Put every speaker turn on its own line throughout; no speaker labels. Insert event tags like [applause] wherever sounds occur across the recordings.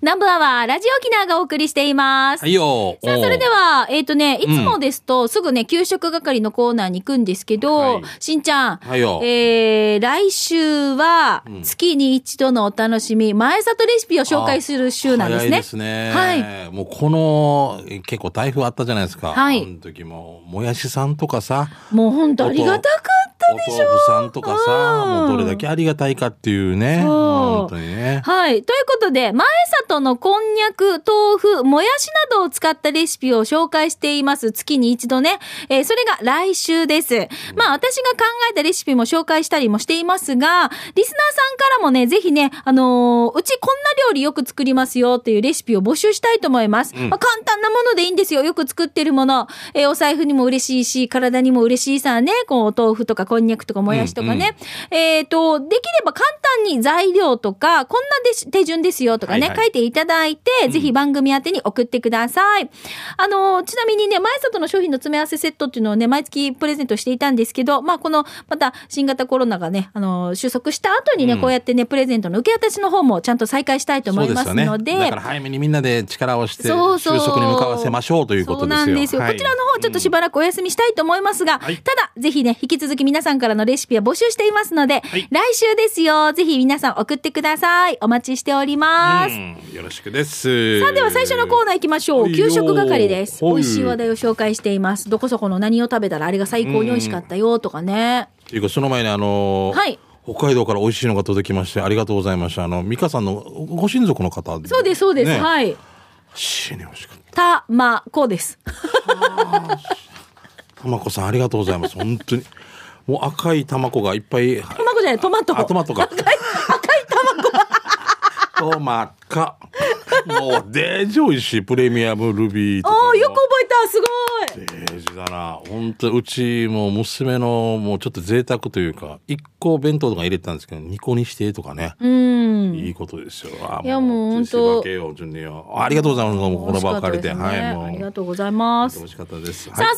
南部アワー、ラジオキナーがお送りしています。
はいよ
さあ、
おう
それでは、えっ、とね、いつもですと、すぐね、給食係のコーナーに行くんですけど、
はい
しんちゃん、
はいよ
えー、来週は
う、ん
月に一度のお楽しみ、前里レシピを紹介する週なんです
早い
ね。
ですね。
は
もうこの、え結構台風あったじゃないですか。
はい
あの時も、もやしさんとかさ、
もう本当ありがたかった。
お豆腐さんとかさ、
うん
もうどれだけありがたいかっていうね。
そう
本当にね。
はい。ということで、前里のこんにゃく、豆腐、もやしなどを使ったレシピを紹介しています。月に一度ね。えーそれが来週です。まあ、私が考えたレシピも紹介したりもしていますが、リスナーさんからもね、ぜひね、あのーうちこんな料理よく作りますよというレシピを募集したいと思います。
うん
まあ、簡単なものでいいんですよ。よく作ってるもの。えーお財布にも嬉しいし、体にも嬉しいさね。こう、お豆腐とかこんにゃくとかもやしとかね。
うんうん
えっ、と、できれば簡単に材料とか、こんなでし手順ですよとかね、
はいはい
書いていただいて、ぜひ番組宛てに送ってください。あのー、ちなみにね、前里の商品の詰め合わせセットっていうのをね、毎月プレゼントしていたんですけど、まあ、この、また新型コロナがね、あのー収束した後にね、
うん
こうやってね、プレゼントの受け渡しの方もちゃんと再開したいと思いますので、
だから早めにみんなで力をして、収
そうそう
束に向かわせましょうということです
そ
よ。
うなんですよ。
はい
こちらの方、ちょっとしばらくお休みしたいと思いますが、
はい
ただ、ぜひね、引き続き皆さんからのレシピは募集していますので、
い
来週ですよ。ぜひ皆さん送ってください。お待ちしております。
うんよろしくです。
さあ、では最初のコーナー行きましょ
は
う。
い
給食係です。
はい
美味しい話題を紹介しています。どこそこの何を食べたらあれが最高に美味しかったよとかね。
というかその前にあのー
はい
北海道から美味しいのが届きましてありがとうございましたあの美香さんのご親族の方
そうです、そうです。
い
はい。
死に美味しかっ
た、
た
ま、こです。
たまこさんありがとうございます本当にもう赤いたまこがいっぱい
卵じゃない、トマト。
あトマトか赤い赤いたまこトマカもうデージ美味しいプレミアムルビーとか
お
も
ー、よく覚えた。すごい。
デージだな本当うちも娘のもうちょっと贅沢というか1個弁当とか入れてたんですけど2個にしてとかね
うん。
いいことですよ。あ
いやもう本当
手芝けよ順によありがとうございます。どうもこの場を借りて、
美味しかった
は
ですね
い、もう。
ありが
本
とうございま
当
す
美。味しかったです。
さあ、それで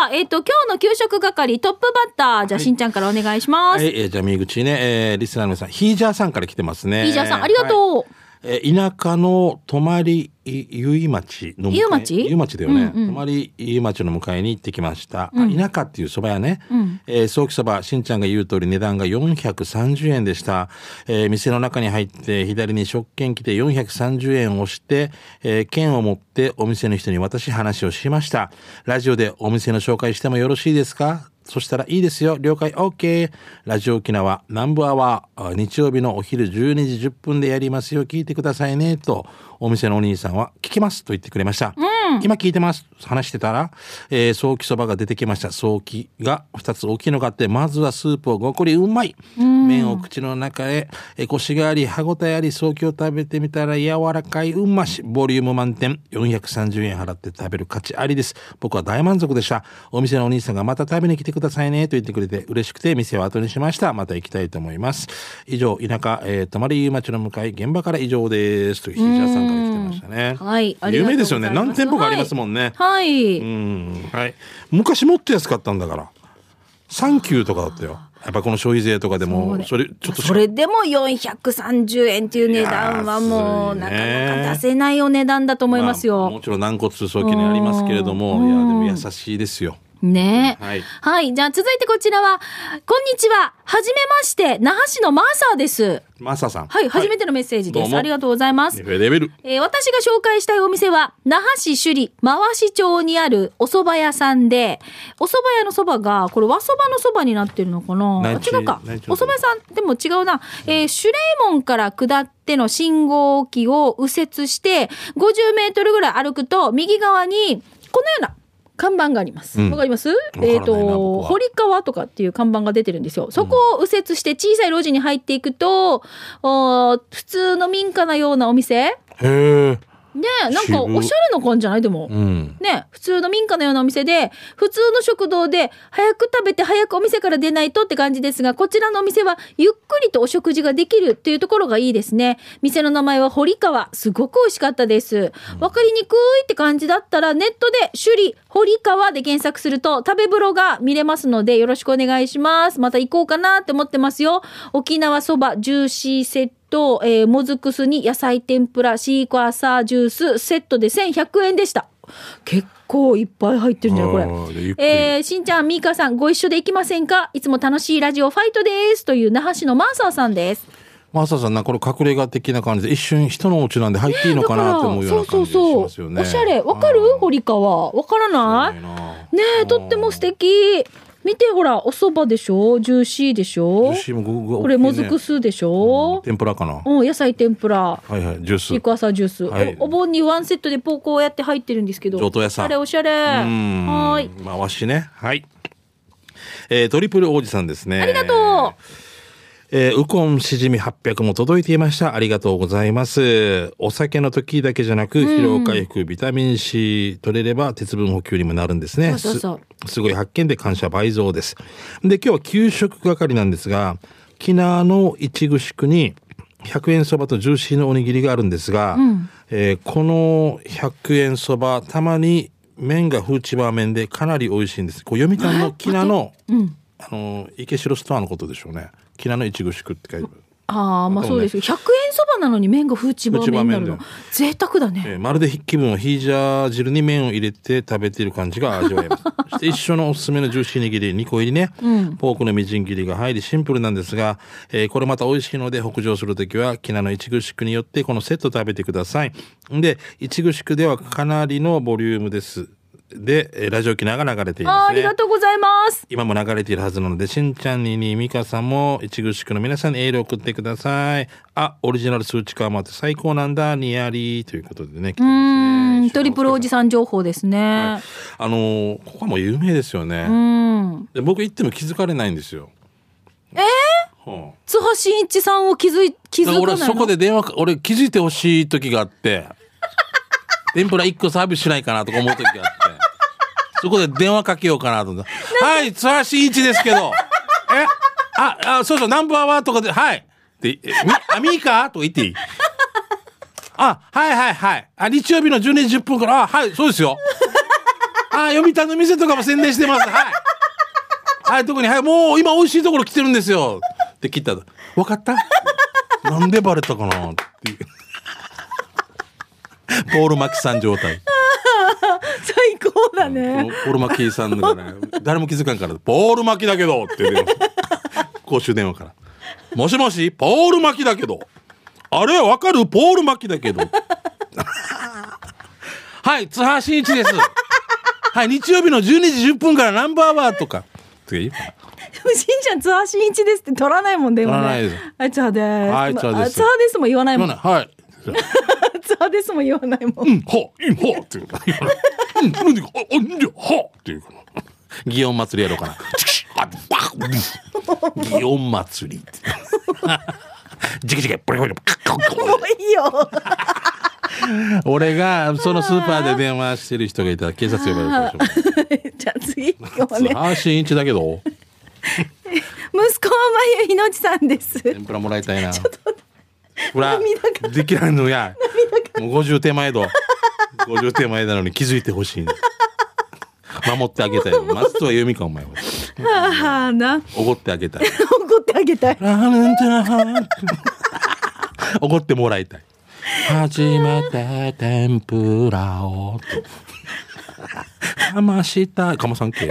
は、えっ、と、今日の給食係、トップバッター、じゃあ、しんちゃんからお願いしま
は
す。
い、はい、えーじゃあ、みぐちね、えーリスナーの皆さん、ヒージャーさんから来てますね。
ヒージャーさんありがとう
はいえー田舎の泊まり、いゆい町の向かい。
ゆい町
ゆい町だよね。
うんうん
泊まり、ゆい町の迎えに行ってきました。
うん
あ田舎っていう蕎麦屋ね。
うん
えー、早期そば、しんちゃんが言う通り値段が430円でした。えー店の中に入って左に食券来て430円を押して、えー券を持ってお店の人に渡し話をしました。ラジオでお店の紹介してもよろしいですかそしたらいいですよ。了解 OK。ラジオ沖縄南部アワー、あ日曜日のお昼12時10分でやりますよ。聞いてくださいね。と、お店のお兄さんは聞きますと言ってくれました。今聞いてます。話してたら、えー、早期そばが出てきました。早期が2つ大きいのがあって、まずはスープをごこりうまい。麺を口の中へ、えーコシがあり、歯ごたえあり、早期を食べてみたら柔らかいうまし。ボリューム満点。430円払って食べる価値ありです。僕は大満足でした。お店のお兄さんがまた食べに来てくださいねと言ってくれて嬉しくて店を後にしました。また行きたいと思います。以上、田舎、えー、泊まり町の向かい、現場から以上です。という、ひじゃさんから来てましたね。
はいあり
有
がとうございます
名ですよね。何店舗かありますもんね。
はい。
うんはい、昔もっと安かったんだから3級とかだったよやっぱこの消費税とかでもそれちょっとし
それでも430円っていう値段はもう、
い
な
やー
かなか出せないお値段だと思います
まあ
よ
も。ちろん軟骨早期にありますけれどもいやでも優しいですよ
ね
はい
はい。じゃあ、続いてこちらは、こんにちは。はじめまして、那覇市のマーサーです。
マサさん
はい、初めてのメッセージで
どう
す。
も
ありがとうございます
レ。ベルレベル
えー私が紹介したいお店は、那覇市首里、回し町にあるお蕎麦屋さんで、お蕎麦屋の蕎麦が、これ和蕎麦の蕎麦になってるのかなあ
内地
違うか
内。地
お
の蕎麦
蕎麦屋さん、でも違うな。えー、シュレイモンから下っての信号機を右折して、50メートルぐらい歩くと、右側に、このような、看板があります。
うん
わ、かります
からない
え
な
っ、と、
僕は
堀川とかっていう看板が出てるんですよ。そこを右折して小さい路地に入っていくと、おー普通の民家のようなお店
へえ
ねえなんか
渋
おしゃれな感じじゃないでも、
うん
ねえ普通の民家のようなお店で普通の食堂で早く食べて早くお店から出ないとって感じですがこちらのお店はゆっくりとお食事ができるっていうところがいいですね店の名前は堀川すごく美味しかったですわかりにくいって感じだったらネットで「首里堀川」で検索すると食べブロが見れますのでよろしくお願いしますまた行こうかなって思ってますよ沖縄そばジューシーセットと、えーもずく酢に野菜天ぷら、シークワーサージュース、セットで1100円でした。結構いっぱい入ってるんじゃないこ
あーゆっ
れ。
くり
えーしんちゃん、みーかさん、ご一緒で行きませんかいつも楽しいラジオファイトです。という那覇市のマーサーさんです。
マサさんなこれ隠れ家的な感じで一瞬人のお家なんで入っていいのかなと思うような感じがし
そうそう
ます
そ
よ
う。
ね。
おしゃれ。わかる
うん
堀川。わからないねえ、とっても素。敵。見てほら、お蕎麦でしょジューシーでしょ
美味しいもん
これ、もずく。酢でし
ごご
ょ
天ぷらかな。
うん、野菜天ぷら。
はいはいジュース。
シークワーサージュース、
はい
お。お盆にワンセットでポークをやって入ってるんですけど。
上等屋さん
あれ、おしゃれ。は
うん
ーい。
まあわしねはい。えートリプル王子さんですね。
ありがとう。
えーウコンしじみ800も届いていました。ありがとうございます。お酒の時だけじゃなく、疲労回復、ビタミン C 取れれば鉄分補給にもなるんですね。
そうそうそう
すすごい発見で感謝倍増です。で、今日は給食係なんですが、沖縄の一具宿に100円そばとジューシーのおにぎりがあるんですが、えーこの100円そば、たまに麺がフーチバー麺でかなり美味しいんです。こう読谷の沖縄の、あの、池城ストアのことでしょうね。沖縄の一具宿って書いてある。
ああ、まあ
あと
そ
ね
うですよ。100円そばなのに麺がフーチバー麺になるの
フーチ。
贅沢だね。
えーまるで気分はヒージャー汁に麺を入れて食べている感
[laughs]
じが味わえます。そして一緒のおすすめのジューシー握り2個入りね、ポークのみじん切りが入りシンプルなんですが、えーこれまた美味しいので北上するときはキナのいちぐしくによってこのセット食べてください。で、いちぐしくではかなりのボリュームです。で、えーラジオ機能が流れてい
ああ
ます、ね。
ー、ありがとうございます。
今も流れているはずなので、しんちゃんにに、みかさんも、いちぐしくの皆さんにエールを送ってください。あ、オリジナル数値化もあって最高なんだ、にやりということでね、来て
う
ます
ー
ね
ん、トリプルおじさん情報ですね。
あのーここはもう有名ですよ
う
ね。
ん。
で僕行っても気づかれないんですよ。えーは
津波真一さんを気づい、気
あ、
づ
だ
か
から
ないの
俺そこで電話か、俺気づいてほしい時が
[laughs]
あって、天ぷら1個サービスしないかなとか思う時があって、そこで電話かけようかなと思って、はい、津橋一ですけど、えあ、あ、そうそう、ナンバーはとかで、はい。で、えみあ、ミーかとか言っていいあ、はいはいはい。あ、日曜日の12時10分から、あ、はい、そうですよ。あ、読谷の店とかも宣伝してます。はい。はい、特に、はい、もう今美味しいところ来てるんですよ。って切ったら、わかったなんでバレたかなっていう。ポール・マキさん状態。
最高だね。
ポール・マキさんだから、誰も気づかんから、ポール・マキだけどって電話。公衆電話から。もしもし、ポール・マキだけど。あれわかるポール・マキだけど。はい、津波真一です。はい、日曜日の12時10分からナンバーワーとか。次
でもしんちゃん、ツアー新一ですって取らないもんね、今ね。
取らないです
あいつはでーす。
はいツアーです
あツアーですも言わないも
今
ん。
ね、はい。
ツアーですも言わないもん。
うん、は、うん、は、っていうから。うん、なんでか、あ、あうん、で、は、っていうから。祇園祭りやろうかな。チキシあ、バッうん祇園祭りって。ジキジキ、ポリポリ、カッカッカ
もういいよ。
ッ俺が、そのスーパーで電話してる人がいたら警察呼ばれるでしょ。
じゃあ次行こう
そ
ね
う。阪神一だけど、
息子はまゆひのちさんです。
天ぷらもらいたいな。ちょっと、ほら
涙、
できないのや。もう50手前だ。50手前なのに気づいてほしいんだ。守ってあげたい。松戸は由美か、お前は。
はあな。
おごってあげたい。
怒ってあげたい。
ラーメンってなー [laughs] 怒ってもらいたい。初めて天ぷらをと。かましたい。かまさんけ。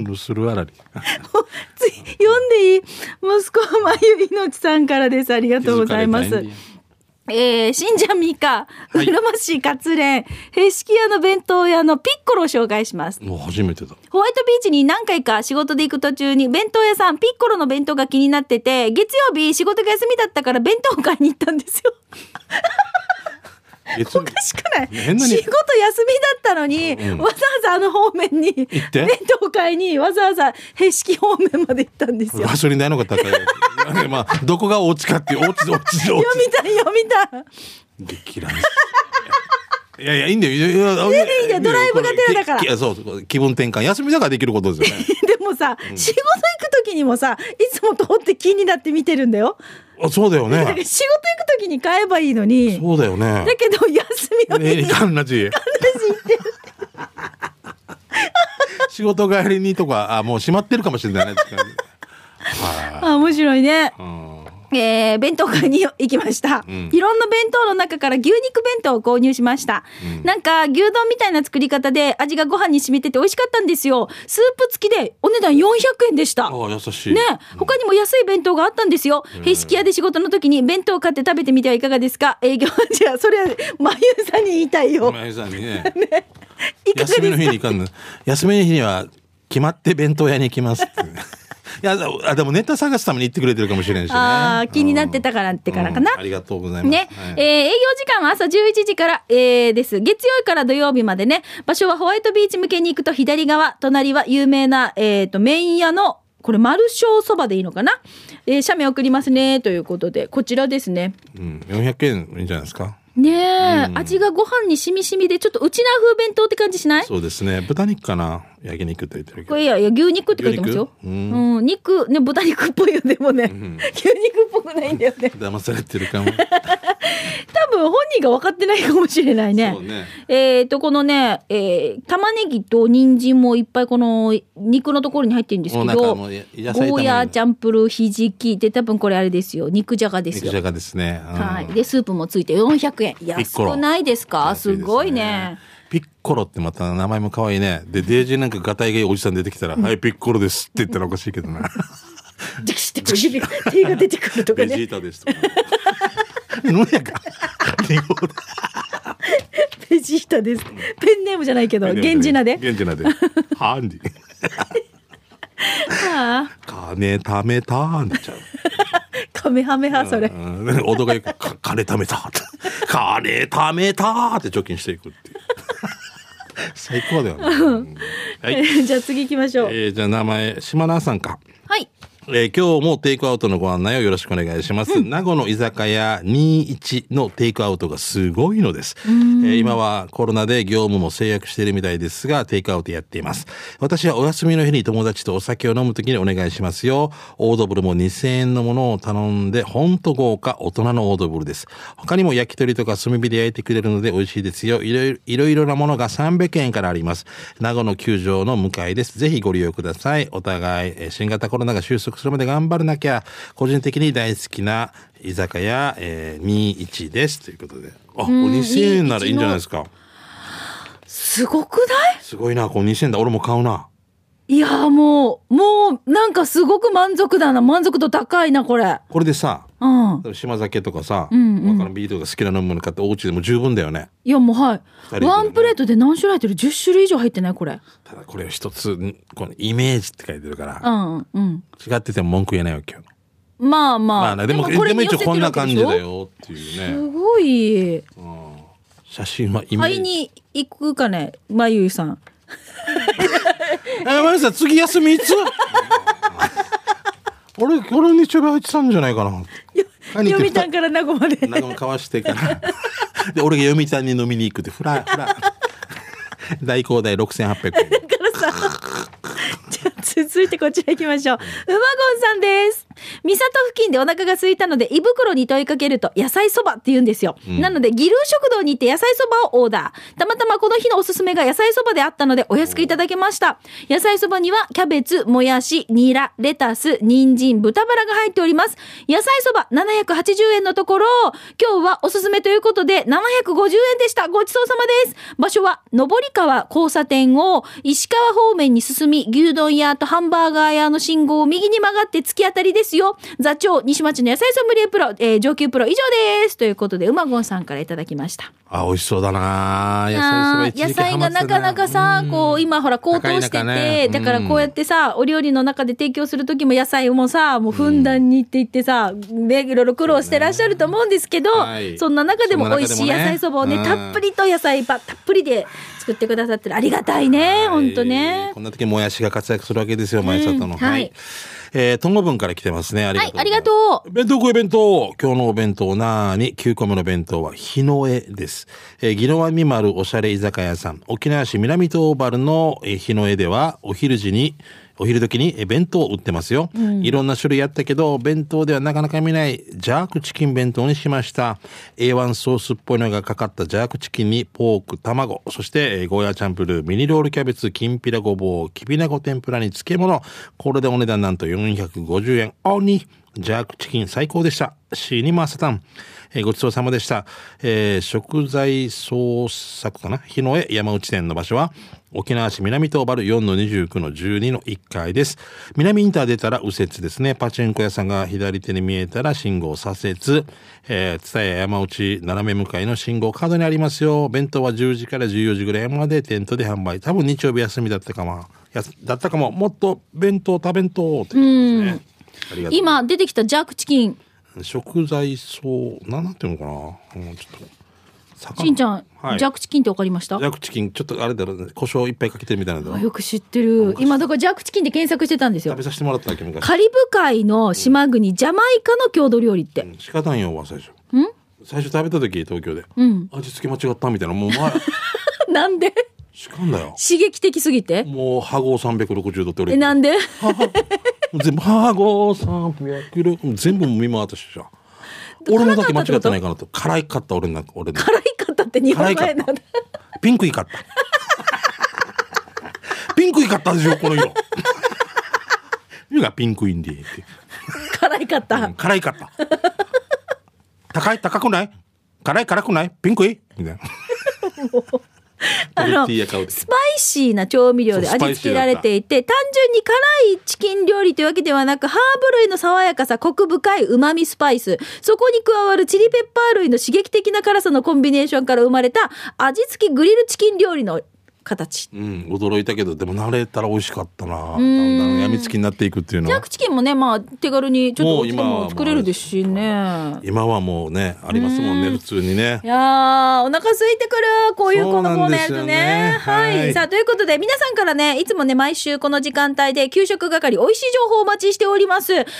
どうするあらり。
[laughs] つい読んでいい息子はまゆひのちさんからです。ありがとうございま
気づか
す
れた。
えー、しんじゃみか、う
はい
るま市かつれん、平式屋の弁当屋のピッコロを紹介します。
もう初めてだ。
ホワイトビーチに何回か仕事で行く途中に弁当屋さんピッコロの弁当が気になってて月曜日仕事が休みだったから弁当を買いに行ったんですよ。 [laughs]
月曜
お
日
かしくない仕
変
事
な
休
に
みだったのに、
うん
わざわざあの方面に弁
って
当を買いにわざわざ平式方面まで行ったんですよ。
ガソリン代の方が高い。まあ、どこがお家かっていう、お家、お家、お家
読。みたい読みたい
激乱視いやいや、いいんだよ。いやいやい
いいんだよドライブがてらだから
いや、そうそう。気分転換。休みだからできることですよね。
[laughs] でもさ、仕事行く時にもさいつも通って気になって見てるんだよ。
あそうだよ
だから
ね。
仕事行く時に買えばいいのに
そうだよね。
だけど休みの日
ねえ、
に
いかんなじ。仕事帰りにとか、あ、もう閉まってるかもしれないね。はい
あ面白いね。
うん
えー弁当会に行きました、
うん
いろんな弁当の中から牛肉弁当を購入しました、
うん
なんか牛丼みたいな作り方で味がご飯に染みてて美味しかったんですよスープ付きでお値段400円でした
ああ優しい
ねえ他にも安い弁当があったんですよ。へしき屋で仕事の時に弁当を買って食べてみてはいかがですか営業じゃあ、それは、まゆさんに言いたい
お
よ。
前さんにね
いかが
休みの
で
日
す
に
か
行
[laughs]
かんの休みの日には決まって弁当屋に行きま
[laughs]
すっていやあでもネタ探すために行ってくれてるかもしれんしね
ああ、気になってたからってからかな
うん。ありがとうございます
ね、
はい
えー営業時間は朝11時から、えーです。月曜日から土曜日までね、場所はホワイトビーチ向けに行くと左側、隣は有名な、えーと、麺屋の、これ、丸小そばでいいのかなえー、写メ送りますね、ということで、こちらですね。
うん、400円いいんじゃないですか
ねえ、味がご飯にしみしみで、ちょっとうちな風弁当って感じしない
そうですね豚肉かな焼肉って言ってるけ
こ
ど
れいやいや牛肉って書いてますよ。
牛肉う
うん、肉ね豚肉っぽいよでもね、牛肉っぽくないんだよね。
騙されてるかも
多分本人が分かってないかもしれないね
そう。ね
えっ、とこのね、えー、玉ねぎと人参もいっぱいこの肉のところに入ってるんですけ
もうなん
ど、
か
ゴ
もう野菜炒
ー
め
ヤーチャンプルーひじきで多分これあれですよ肉じゃがです
肉
よ
じ。ゃがですね、うん
はい。でスープもついて400円。
ピ
安
ッコロ
くないですか？
安い
す
ですね
ごいね。
ピッコロってまた名前も可愛いねでデージーなんかガタイがいいおじさん出てきたら「はいピッコロです」って言ったらおかしい
[laughs]
けどな
ジキシってこう
[laughs]
指が手が出てくるとか
ベ
ね
ジ。ータですとか。 [laughs] 飲やか。日本語で
ベジータです。ペンネームじゃないけど、 [laughs] 源氏名で。
源氏名で。ハンディ。
あ
金貯めたんちゃう。
あ、カメハメハ、それ。 [laughs]
うん [laughs] 音がよく、か金貯めたって。 [laughs] 金貯めたって貯金していく
[laughs]
っていう。最高だよね。うん
[laughs]
はい。
じゃあ次行きましょう。
えーじゃあ名前、島名さんか。
はい。
えー今日もテイクアウトのご案内をよろしくお願いします。名護の居酒屋21のテイクアウトがすごいのです。えー今はコロナで業務も制約しているみたいですが、テイクアウトやっています。私はお休みの日に友達とお酒を飲む時にお願いしますよ。オードブルも2000円のものを頼んで、ほんと豪華大人のオードブルです。他にも焼き鳥とか炭火で焼いてくれるので美味しいですよ。いろいろいろいろなものが300円からあります。名護の球場の向かいです。ぜひご利用ください。お互い、えー新型コロナが収束するまで頑張らなきゃ、個人的に大好きな居酒屋、えー、21です。ということで。あ、これ2000円ならいいんじゃないですか。
すごくない
すごいな、これ2000円だ。俺も買うな。
いやーもう、もう、なんかすごく満足だな。満足度高いな、これ。
これでさ、
うん。
島酒とかさ、
んうん
わからんビールとか好きな飲むもの買ってお家でも十分だよね。
いや、もうはい
人で。ね
ワンプレートで何種類入ってる ?10 種類以上入ってないこれ。
ただこれを一つ、んこのイメージって書いてるから
う、ん、うん。
違ってても文句言えないわけよ。
まあまあ。
まあね、でも、で
これ
も
に
一
寄せ
応
て
こん
る
な
わけ
感
で
じ
しょ
だ。よっていう
す
ね。
ごい。
写真はイメー
買い
ジ。
に行くかね、まゆゆさん。
え、マリさん、次休みい
[laughs]
つ俺、俺日曜日入ってたんじゃないかな。買いに行っ
読
て
谷から名古屋まで。
長もかわしてから。で、俺が読谷に飲みに行くって、フラ、
[laughs]
フラ。大工代6800円。
からさ。じゃあ続いてこちら行きましょう。うまごんさんです。三郷付近でお腹が空いたので胃袋に問いかけると野菜そばって言うんですよ。なので義ル食堂に行って野菜そばをオーダー。たまたまこの日のおすすめが野菜そばであったのでお安くいただけました。野菜そばにはキャベツ、もやし、ニラ、レタス、人参、豚バラが入っております。野菜そば780円のところ、今日はおすすめということで750円でした。ごちそうさまです。場所は上り川交差点を石川方面に進み、牛丼屋とハンバーガー屋の信号を右に曲がって突き当たりですよ。座長、西町の野菜ソムリエプロ、えー上級プロ以上です。ということで、うまごんさんからいただきました。
あ、美味しそうだな野菜そば
あ
一
ー野
時期ハ
菜
マ
が
ってた
なかなかさ、
うん
こう今ほら高騰して
高
て、
い中ねうん
だからこうやってさお料理の中で提供する時も野菜もさもうふんだんにって言ってさ、ねいろいろ苦労してらっしゃると思うんですけどそ,、
はい
んな中でも
そんな
美
中
味
で
し
も
い
ね
野菜そばをね
うん
たっぷりと野菜ばたっぷりで作ってくださってるありがたいね
はい
本当ね。
こんな時もやしが活躍するわけですよ、前里
うん
の。
は
はいい。えー、トンゴ文から来てますね。ありが
は
とう
い
ござ
あ
います。
りがとう
弁当食い弁当今日のお弁当なーに9個目の弁当は日の絵です。えー、ギノワミマルおしゃれ居酒屋さん、沖縄市南東原のえー日の絵ではお昼時にお昼時にえ弁当を売ってますよ、いろんな種類あったけど、弁当ではなかなか見ないジャークチキン弁当にしました。A1 ソースっぽいのがかかったジャークチキンにポーク、卵、そしてえーゴーヤーチャンプルー、ミニロールキャベツ、きんぴらごぼう、きびなご天ぷらに漬物。これでお値段なんと450円。おにジャークチキン最高でした。シーニマーサタン。えーごちそうさまでした。えー食材創作かな日野江山内店の場所は、沖縄市南東原4の29の12の1階です。南インター出たら右折ですね。パチンコ屋さんが左手に見えたら信号左折。えー、蔦屋山内斜め向かいの信号カードにありますよ。弁当は10時から14時ぐらいまでテントで販売。多分日曜日休みだったかも。やすだったかも。もっと弁当食べんとってことですね。ありがとう
今出てきたジャークチキン
食材そうなんなんていうのかな、うん、ちょっと魚
しんちゃん、
はい、
ジ
ジ
ャー
ャ
クチキンってわかりました
ックチキンちょっとあれだろうね胡椒いっぱいかけてるみたいなんだ
あ
ろ
よく知ってる今だからジャークチキンで検索してたんですよ
食べさせてもらっただけ昔
カリブ海の島国ジャマイカの郷土料理って、
仕方ないよは最初最初食べた時東京で、味付け間違ったみたいなも
[laughs]
う前
なんで
しかんだよ
刺激的すぎて
もう歯ご360度って俺
えなんで [laughs]
[laughs] 全部歯ご360全部見回ったしじゃん俺のだけ間違ってないかなと辛いかった俺なんか俺の
辛い方って日本前なんだ
辛ピンクいかった。ピンクいかったでしょ、この色。色がピンクインディーって。
[laughs] 辛い方、
うん辛いかった。高い高くない辛い辛くないピンクいみたいな。
あの
トルティーヤ買う時
スパイシーな調味料で
そうスパ
味
イシ
付
ー
け
だっ
ら
た
れていて単純に辛いチキン料理というわけではなくハーブ類の爽やかさコク深いうまみスパイスそこに加わるチリペッパー類の刺激的な辛さのコンビネーションから生まれた味付きグリルチキン料理の形
うん、驚いたけど、でも慣れたら美味しかったな。だんだん病みつきになっていくっていうの
ジャー
は。
クチキンもねまあ手軽にちょっとお
もう
家で
今は
も作れるですしね
今はもうね、ありますもんね、普通にね
い。やーお腹空いてくるこういうこのコーナーやると
そうなんですよ
ね
ね
はい、
はい
さあということで皆さんからねいつもね毎週この時間帯で給食係美味しい情報をお待ちしておりますまあ今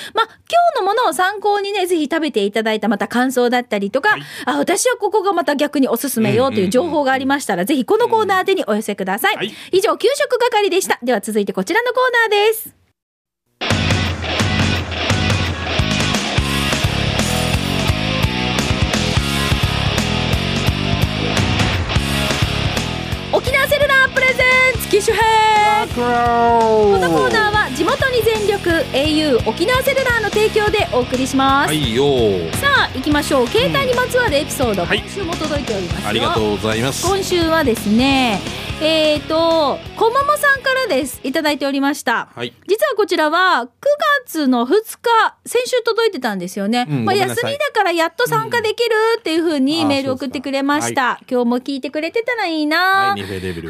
日のものを参考にねぜひ食べていただいたまた感想だったりとか、あ私はここがまた逆におすすめよという情報がありましたら、ぜひこのコーナー宛てにお寄せください、
はい
以上給食係でしたでは続いてこちらのコーナーです沖縄セルラープレゼンツ機種編このコーナーは地元に全力 au 沖縄セルラーの提供でお送りします、
はいよー
さあ行きましょう携帯にまつわるエピソード、
はい
今週も届いておりますよ
ありがとうございます。
今週はですねえっ、と小桃さんからですいただいておりました
はい。
実はこちらは9月の2日先週届いてたんですよね、
うん
まあ、
ごめ
休
んな
み
さい
だからやっと参加できるっていうふう
うんあ
に
ー
メール送ってくれました、今日も聞いてくれてたらいいな、
は、
はいい
ニフェレベル。
弁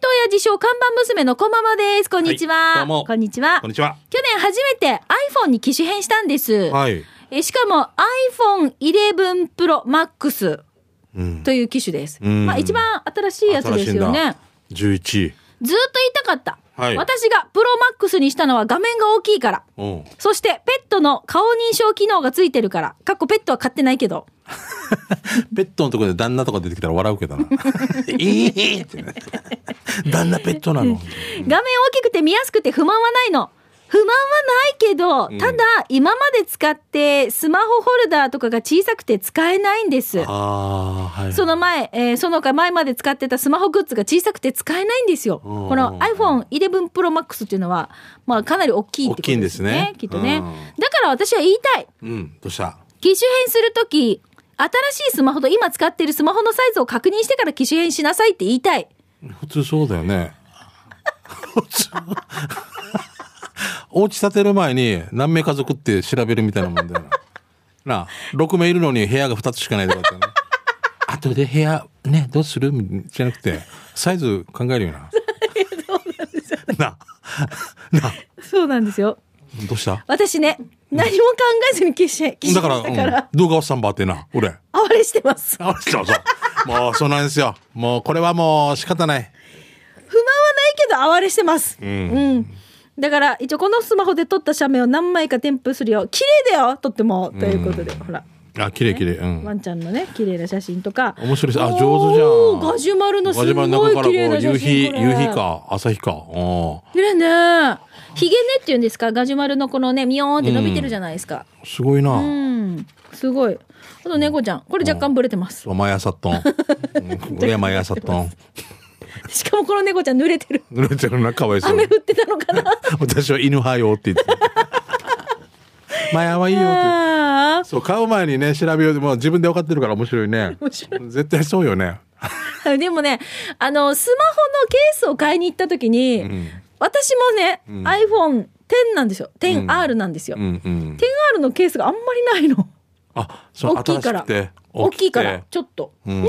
当屋自称看板娘の小ママですこんにちは、
はいどうも
こんにちは
こんにちは。
去年初めて iPhone に機種変したんです、
はい。
えしかも iPhone11 Pro Max
うん。
という機種です、
うん
まあ、一番新しいやつですよ
新しい
ね
んだ。11位。
ずーっと言いたかった、
はい
私がプロマックスにしたのは画面が大きいから
うん。
そしてペットの顔認証機能がついてるからかっこペットは買ってないけど
ペットのところで旦那とか出てきたら笑うけ [laughs] どな。えーってね。旦那ペットな [laughs] の。
画面大きくて見やすくて不満はないの不満はないけど、
ん
ただ今まで使ってスマホホルダーとかが小さくて使えないんです
ああ、はい。
その前、えーその他前まで使ってたスマホグッズが小さくて使えないんですよ。
うんうんうん
この iPhone11 Pro Max っていうのは、まあかなり大きいってことですね。
大
きっ
きいんです
と
ね
ね、
うん
だから私は言いたい。
うん、どうした
機種変するとき、新しいスマホと今使ってるスマホのサイズを確認してから機種変しなさいって言いたい。
普通そうだよ [laughs] ね。普通。 [laughs] お家建てる前に何名家族って調べるみたいなもんだよな。なあ、6名いるのに部屋が2つしかないとかって [laughs] ね。あとで部屋、ね、どうするじゃなくて、 [laughs] サイズ考えるよな。なあ、なあ、
そうなんですよ。
どうした
私ね、何も考えずに機種変、機種
だから、
変したから、
うん動画を3番ってな、俺。
[laughs] 哀れしてます。
あ、そうそう。もう、そうなんですよ。もう、これはもう仕方ない。
不満はないけど哀れしてます。うん。だから一応このスマホで撮った写メを何枚か添付するよ綺麗だよとってもということで、ほら
あ、綺麗綺麗。う
ワ
ん。
ンちゃんのね綺麗な写真とか
面白いです。あ、上手じゃん
おー。ガジュマルのすごい
ガジュマルの中
綺麗
からこ
な
う
写
夕日、
真
夕
これ
日か、朝日か。お
綺麗ねヒゲねっていうんですかガジュマルのこのねミヨーンって伸びてるじゃないですか
ーすごい
うん、
な。
すごいあと猫ちゃんこれ若干ブレてます、
そう、毎
[laughs]
朝とん。うん俺は毎朝とん。
しかもこの猫ちゃん濡れてる
濡れてるな、かわいそう
雨。降ってたのか
[laughs]
な
私は犬派よって言ってた。前はいいよって。
あ
そう、買う前にね、調べよう。もう自分で分かってるから面白いね。
面白
絶対そうよね。
ー [laughs] でもねあのスマホのケースを買いに行った時に、
うん。
私もね、iPhone10 なんですよ 10R なんですよ、
うんうん。
10R のケースがあんまりないの
あ、そう、
大きい
新し
から
くて。
大きいか
く
ら
て
ちょっと、
ん
ねね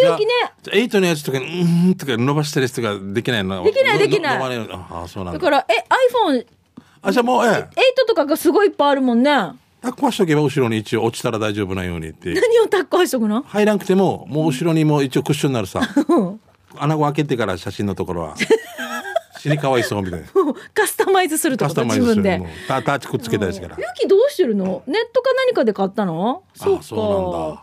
じゃあ
勇気ね
じゃあエイトのやつとかに、うーんとか伸ばしたりとかできないの
できないできない
のの伸ばれるああ、そうなん
だ
だ。
からえ iPhone
あ、じゃあもう、ええ、
8とかがすごいいっぱいあるもんね [laughs] 何
壊しとけば後ろに一応落ちたら大丈夫なようにっていう。
をタッカーしとくの [laughs]
入らなくても、もう後ろにもう一応クッションになるさ。
うん
穴を開けてから写真のところは。死にかわいそう
[laughs]
みたいな。
カスタマイズするって
カ
こ
ス
と
タマイ
自
ズす
分
る
で
の。タタッチくっつけたりするから。
勇気どうしてるのネットか何かで買ったのそう
あ
か
そ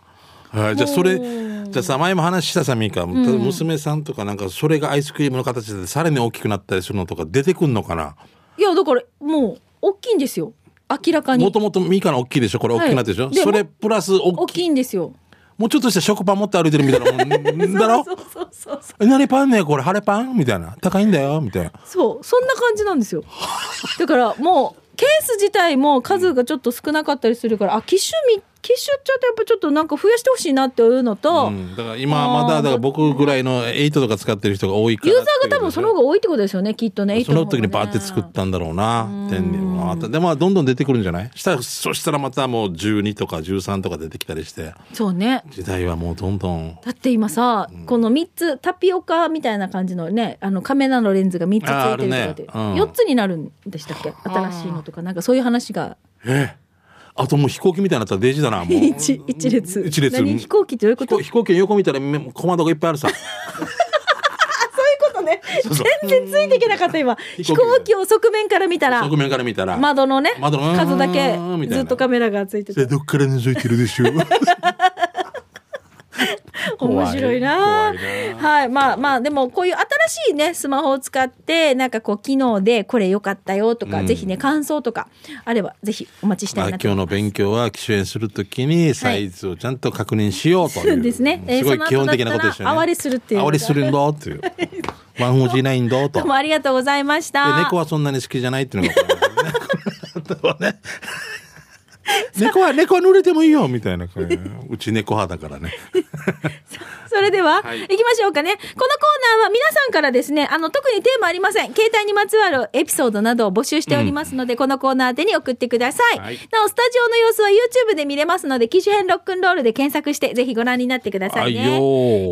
うなんだ。はい、じゃあそれ
おー
じゃあさ前も話したさみーか、娘さんとかなんかそれがアイスクリームの形でさらに大きくなったりするのとか出てくんのかない
やだからもう大きいんですよ明らかに
もともとみかの大きいでしょこれ大きくなってるでしょ、
はいで
それプラス大
大
きい
きいんですよ
もうちょっとした食パン持って歩いてるみたいなもんんだ
[laughs]
ろ
そうそうそうそう
え何パンねこれ晴れパンみたいな高いんだよみたいな
そうそんな感じなんですよだからもうケース自体も数がちょっと少なかったりするからあ機種み機種ちょっとやっぱちょっとなんか増やしてほしいなっていうのと、
うん、だから今まだだから僕ぐらいの8とか使ってる人が多いから
ユーザーが多分その方が多いってことですよねきっとね8
その時に
方が
バ
ね
ーって作ったんだろうな。天然はでまあどんどん出てくるんじゃないしたらそしたらまたもう12とか13とか出てきたりして
そうね
時代はもうどんどん。
だって今さ、この3つタピオカみたいな感じのねあのカメラのレンズが3つついてるとかって、
ああるねうん
4つになるんでしたっけ新しいのとかなんかそういう話が
えあともう飛行機みたいになったらデジだな
[laughs]
もう。飛
一一列
一列
何飛行機ってどういうこと
行飛行機の横見たらめ小窓がいっぱいあるさ。
ことね
うそう
全然ついていけなかった今
飛行機
飛行機を側面から見たら
側面から見たら。
窓のね
窓の
数だけ
うんみたい
ず
な
っとカメラがついて
それ
て
どっから覗いてるでしょう。怖い
面白いな
怖いな
はいまあまあでもこういう新しいねスマホを使ってなんかこう機能でこれ良かったよとか、
うん
ぜひね感想とかあればぜひお待ちし
[laughs] ま
た
あ
いな
今日
と。
の勉強は機種変するときにサイズをちゃんと確認しようという。
そうですねえー
すごい基本的なことです
そ
よ
の後だった
ね。
ら哀れするっていう
哀れするんだっ
[laughs]
ていう。ワンフォージーナインだと
どう。もありがとうございまし
で
た。
猫はそんなに好きじゃないっていうのが分か
[laughs]
るねこの後はね猫は猫は濡れてもいいよみたいな感じうち猫派だからね
それでは、
はい
行きましょうかね。このコーナーは皆さんからですね、あの、特にテーマありません。携帯にまつわるエピソードなどを募集しておりますので、このコーナー宛てに送ってください。
はい
なお、スタジオの様子は YouTube で見れますので、機種編ロックンロールで検索して、ぜひご覧になってくださいね。以
はい
上、
よ
沖縄セルラ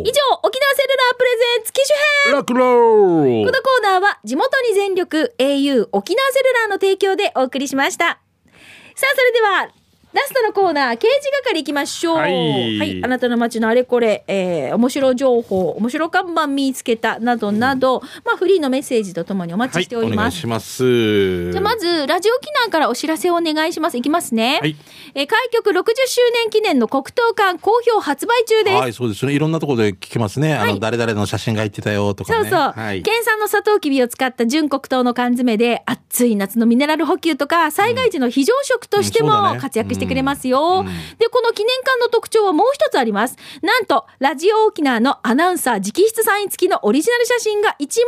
ープレゼンツ機種編
ラクロー
このコーナーは地元に全力 au 沖縄セルラーの提供でお送りしました。さあ、それでは、ラストのコーナー、刑事係いきましょう。
はい
あなたの街のあれこれ、えー、面白情報、面白看板見つけた、などなど、まあ、フリーのメッセージとともにお待ちしており
お願
ま
い
す。
します
じゃあまず、ラジオ機能からお知らせをお願いします。いきますね。
はい
えー開局60周年記念の黒糖館、好評発売中です。
はいそうですねいろんなところで聞きますね、あの誰々の写真が入ってたよとか
そう
ね
そう。
はい、
県産のサトウキビを使った純黒糖の缶詰で、暑い夏のミネラル補給とか、災害時の非常食として
うんそうだ
も
ね
活躍してくれますよ。
うん
で、この記念館の特徴はもう一つあります。なんと、ラジオ沖縄のアナウンサー直筆サイン付きのオリジナル写真が1枚ず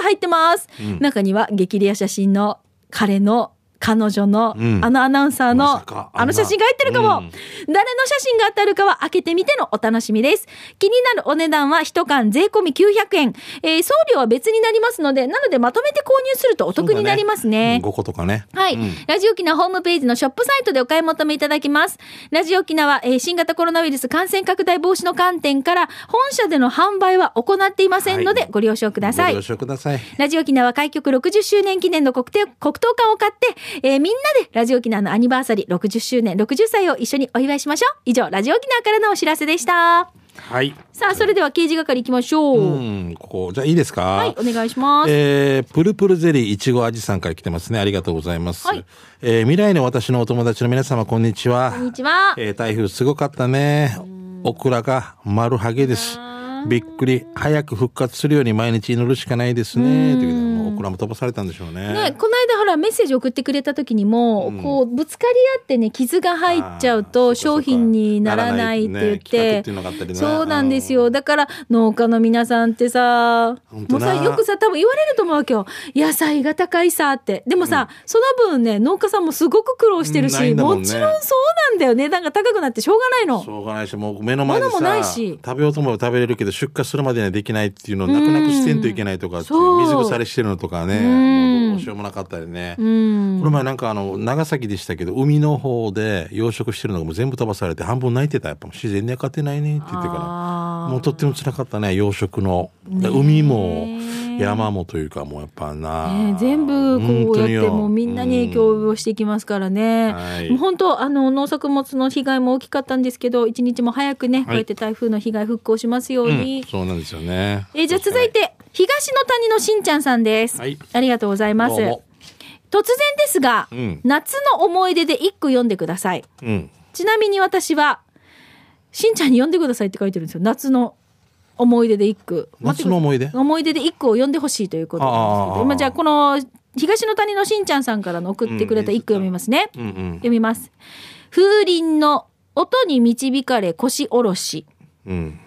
つ入ってます。
うん
中には激レア写真の彼の彼女の、
うん
あのアナウンサーの、
まさか
あの写真が入ってるかも、
うん
誰の写真が当たるかは開けてみてのお楽しみです。気になるお値段は一缶税込み900円。えー送料は別になりますので、なのでまとめて購入するとお得になりますね。
5個とかね
はい、
うん
ラジオ沖縄ホームページのショップサイトでお買い求めいただきます。ラジオ沖縄、えー新型コロナウイルス感染拡大防止の観点から、本社での販売は行っていませんので、
はい
ご了承ください
ご了。承ください
ラジオ沖縄開局60周年記念の黒糖黒糖缶を買って、えーみんなでラジオ沖縄のアニバーサリー60周年、60歳を一緒にお祝いしましょう。以上、ラジオ沖縄からのお知らせでした。
はい。
さあ、それでは刑事係行きましょう。
うん、ここ、じゃあいいですか
はい、お願いします。
えー、プルプルゼリーいちご味さんから来てますね。ありがとうございます。
はい
えー未来の私のお友達の皆様、こんにちは。
こんにちは。
えー台風すごかったね。オクラが丸ハゲです。びっくり。早く復活するように毎日祈るしかないですね。ということでもうオクラも飛ばされたんでしょうね。
ね、この間ほらメッセージ送ってくれた時にも、こうぶつかり合ってね傷が入っちゃう
あー
と
そうかそ
商
うか
品にならないって言っ
ならないね企画ってていうのがあったりね
そうなんですよだから農家の皆さんってさ
本
も
当
う
な
さよくさ多分言われると思うわけよ野菜が高いさってでもさ、その分ね農家さんもすごく苦労してる
うんな
し
いんだも
も
んね
ちろんそうなんだよ値段が高くなってしょうがないの
しょうがないし、もう目の前で
物もない
さ、
し
食べようと思えば食べれるけど、出荷するまでにはできないっていうのをなくなくしてんといけないとかっていう、
そう
水腐れしてるのとか
ん
ね、もうどうしようもなかったりね。
うん
この前なんかあの、長崎でしたけど、海の方で養殖してるのがもう全部飛ばされて、半分泣いてた。やっぱ自然には勝てないねって言ってか
あー
ら。もうとっても辛かったね、養殖の。海も
ねえ
山もというか、もうやっぱな。
ね、全部こ
本
う
当
やっ
によ
てもうみんなに影響をしていきますからね。
はい
もう本当あの農作物の被害も大きかったんですけど一日も早くね、こうやって台風の被害復興しますよう
うん
に。
そうなんですよね。
えーじゃあ続いて東の谷のしんちゃんさんです、
はい
ありがとうございます。
どう
突
も
然ですが、
うん
夏の思い出で一句読んでください。
うん。
ちなみに私はしんちゃんに読んでくださいって書いてるんですよ。夏の思い出で一句。
夏の思い出
[laughs] 思い出で一句を読んでほしいということなんですけ
あ
ど
あ
まあじゃあこの東の谷のしんちゃんさんからの送ってくれた一句読みますね、
うんうん。
読みます風鈴の音に導かれ腰下ろし
うん。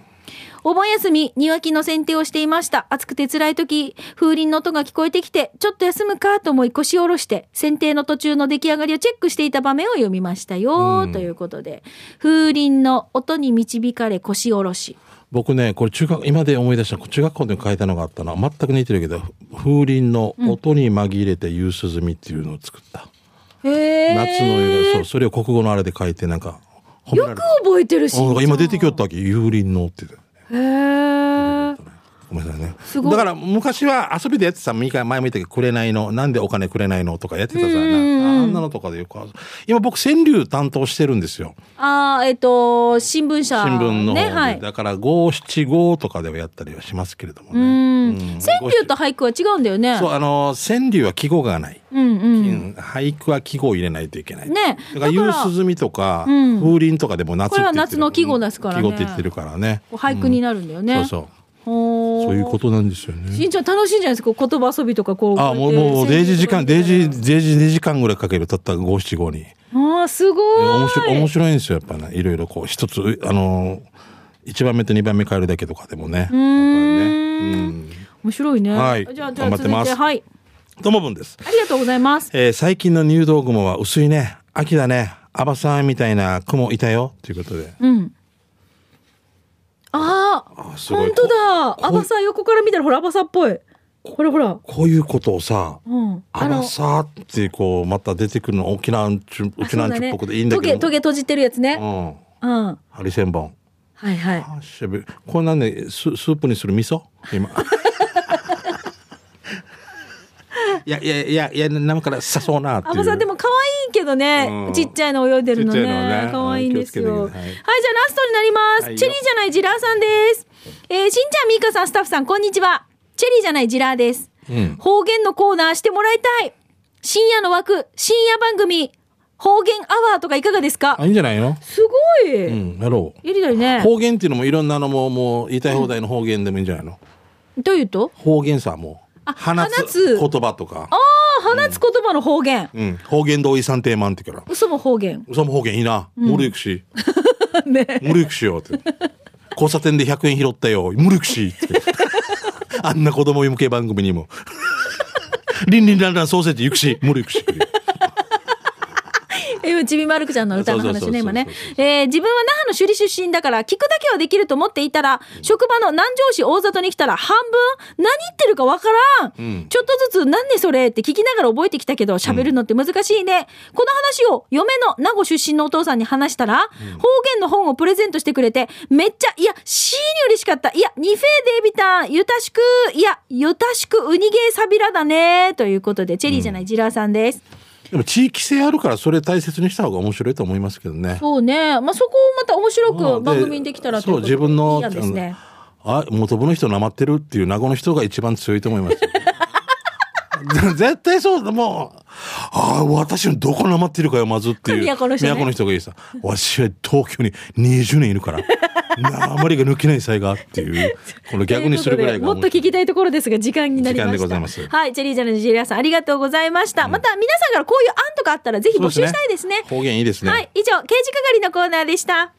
お盆休み庭木の剪定をしていました暑くて辛い時風鈴の音が聞こえてきてちょっと休むかと思い腰下ろして剪定の途中の出来上がりをチェックしていた場面を読みましたよ、
うん
ということで風鈴の音に導かれ腰下ろし
僕ね、これ中学、今で思い出した、中学校で書いたのがあったな。全く似てるけど、風鈴の音に紛れて夕涼みっていうのを作った。
へえ
夏の映画、そう、それを国語のあれで書いて、なんか、褒められ
よく
た
覚えてるし
あなんか今出てきよったわけ「幽輪の」って言って
へー
ごめんなさいね
すごい
だから昔は遊びでやってさ前回前も言ったけど「くれないの」「なんでお金くれないの」とかやってたさ
うんうん
なあんなのとかでよくある今僕川柳担当してるんですよ
ああ、えっ、と、新聞社、
新聞の方で、
ね、はい。
だから五七五とかではやったりはしますけれどもね
う
うん
ん。川柳
五
と俳句は違うんだよね。
七そうあの川柳は季語がない、
うんう。
うんん、俳句は季語を入れないといけない
ね。
だ
だ
か
からら、
夕涼みとか、
うん
風鈴とかでも夏って言って
これは
る
夏の季語ですからね
季語って言ってるからね
こう俳句になるんだよね。
そうそう
ほー
そういうことなんですよね
しんちゃん楽しいんじゃないですか言葉遊びとかこう。
あ、もう、もう、デイジー時間、デイジー、デイジー2時間ぐらいかける、たった5、7、5に。
ああ、すごい。
面白い、面白いんですよ、やっぱね。いろいろこう、一つ、あのー、1番目と2番目変えるだけとかでもね。
う
う
ーん。
ん。
面白いね。
はい
じゃあ、じゃあ、
頑張っ
続
て
い
ます
て、はい。
ともぶんです。
ありがとうございます。
えー最近の入道雲は薄いね。秋だね。アバさんみたいな雲いたよ。ということで。
うん。ああ、
あすごい
本当
こ
だ。アバサー横から見たら、ほら、アバサーっぽい。ほらほら。
こういうことをさ、
うん。
アバさーってこう、また出てくるの、沖縄んち
あ
ゅ、沖縄んちゅっぽくでいいんだ
そうねト
けど。
ゲ、トゲ閉じてるやつね。
うん。
うん。は
ハリセンボン。
いはい。
あしゃべこんなんねススープにする味噌今 [laughs] いやいやいやいや生からさそうなっていう
アボさんでも可愛いけどね、
うん
ちっちゃいの泳いでるの
ちっちゃいの
ね
ね
可愛いんです
う
よ、
ん気をつけてく
は
ださ
い
い
じゃあラストになります、
はいよ
チェリーじゃないジラーさんですえー、しんちゃんみーかさんスタッフさんこんにちはチェリーじゃないジラーです、
うん
方言のコーナーしてもらいたい深夜の枠深夜番組方言アワーとかいかがですか
あいいんじゃないの
すごい、
うんやろう
やりたいね
方言っていうのもいろんなのももう言いたい放題の方言でもいいんじゃないの、
どういうと
方言さもう
あ
放
放つ
つ言葉とか
ああ放つ言葉の方言、
うん、方言同意算定満って言うから
嘘も方言 [laughs]
その方言いいな無理くし
ね
無理くしよって交差点で100円拾ったよ無理くしってあんな子供向け番組にもリンリンランランソーセージ行くし無理くし
[laughs] 今ちびまる子ちゃんの歌の
そうそうそ
話
うそう
ね今ね、えー自分は那覇の首里出身だから聞くだけはできると思っていたら職場の南城市大里に来たら半分何言ってるかわからん、
うん
ちょっとずつ「何ねそれ」って聞きながら覚えてきたけど喋るのって難しいね、この話を嫁の名護出身のお父さんに話したら、方言の本をプレゼントしてくれてめっちゃいやシーに嬉しかったいやニフェーデービタンゆたしくいやゆたしくウニゲーサビラだねということでチェリーじゃない、ジラーさんです
でも地域性あるからそれ大切にした方が面白いと思いますけどね。
そうね。まあ、そこをまた面白
まあ
く番組にできたら
そう自分の
いい案ですね。
あ元部の人なまってるっていう名護の人が一番強いと思
[laughs]
いますよ絶対そうだもうああ私のどこなまってるかよまずっていう
都の人ね
都人がいいさわしは東京に20年い
[laughs]
るからなまりが抜けない才があっていうこの逆にするぐらい
と
が
うことでもっと聞きたいところですが、時間になりました。
時間でございます
はい、チェリージャーのジェリアさん、ありがとうございました。また、皆さんからこういう案とかあったら、ぜひ募集したいですね。
方言いいですね
はい、以上、刑事係のコーナーでした。